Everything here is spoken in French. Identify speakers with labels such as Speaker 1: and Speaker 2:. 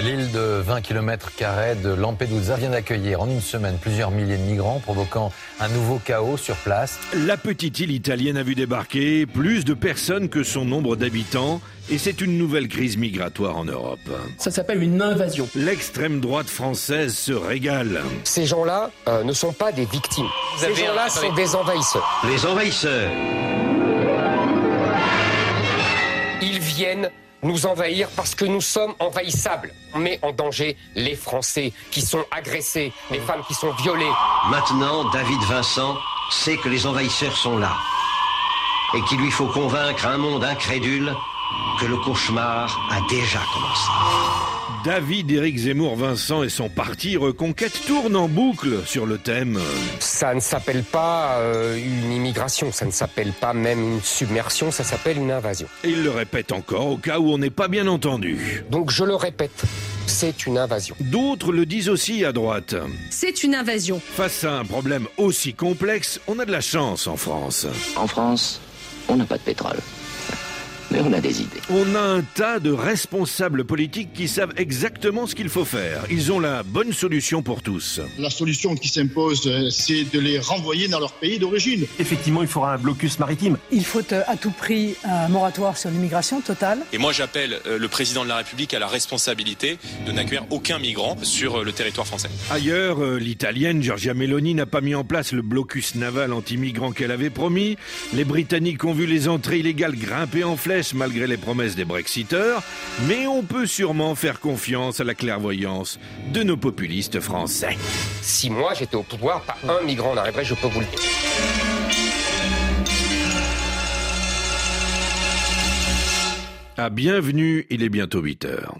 Speaker 1: L'île de 20 km de Lampedusa vient d'accueillir en une semaine plusieurs milliers de migrants, provoquant un nouveau chaos sur place.
Speaker 2: La petite île italienne a vu débarquer plus de personnes que son nombre d'habitants et c'est une nouvelle crise migratoire en Europe.
Speaker 3: Ça s'appelle une invasion.
Speaker 2: L'extrême droite française se régale.
Speaker 4: Ces gens-là euh, ne sont pas des victimes. Ces gens-là sont des envahisseurs.
Speaker 5: Les envahisseurs.
Speaker 4: Ils viennent nous envahir parce que nous sommes envahissables. On met en danger les Français qui sont agressés, les femmes qui sont violées.
Speaker 5: Maintenant, David Vincent sait que les envahisseurs sont là et qu'il lui faut convaincre un monde incrédule que le cauchemar a déjà commencé.
Speaker 2: David Éric Zemmour Vincent et son parti Reconquête tournent en boucle sur le thème.
Speaker 4: Ça ne s'appelle pas euh, une immigration, ça ne s'appelle pas même une submersion, ça s'appelle une invasion.
Speaker 2: Et il le répète encore au cas où on n'est pas bien entendu.
Speaker 4: Donc je le répète, c'est une invasion.
Speaker 2: D'autres le disent aussi à droite.
Speaker 6: C'est une invasion.
Speaker 2: Face à un problème aussi complexe, on a de la chance en France.
Speaker 7: En France, on n'a pas de pétrole. Mais on a des idées.
Speaker 2: On a un tas de responsables politiques qui savent exactement ce qu'il faut faire. Ils ont la bonne solution pour tous.
Speaker 8: La solution qui s'impose, euh, c'est de les renvoyer dans leur pays d'origine.
Speaker 9: Effectivement, il faudra un blocus maritime.
Speaker 10: Il faut euh, à tout prix un moratoire sur l'immigration totale.
Speaker 11: Et moi, j'appelle euh, le président de la République à la responsabilité de n'accueillir aucun migrant sur euh, le territoire français.
Speaker 2: Ailleurs, euh, l'italienne Giorgia Meloni n'a pas mis en place le blocus naval anti-migrant qu'elle avait promis. Les Britanniques ont vu les entrées illégales grimper en flèche malgré les promesses des Brexiteurs, mais on peut sûrement faire confiance à la clairvoyance de nos populistes français.
Speaker 4: Si moi j'étais au pouvoir, pas un migrant n'arriverait, je peux vous le dire.
Speaker 2: Ah, À bienvenue, il est bientôt 8 heures.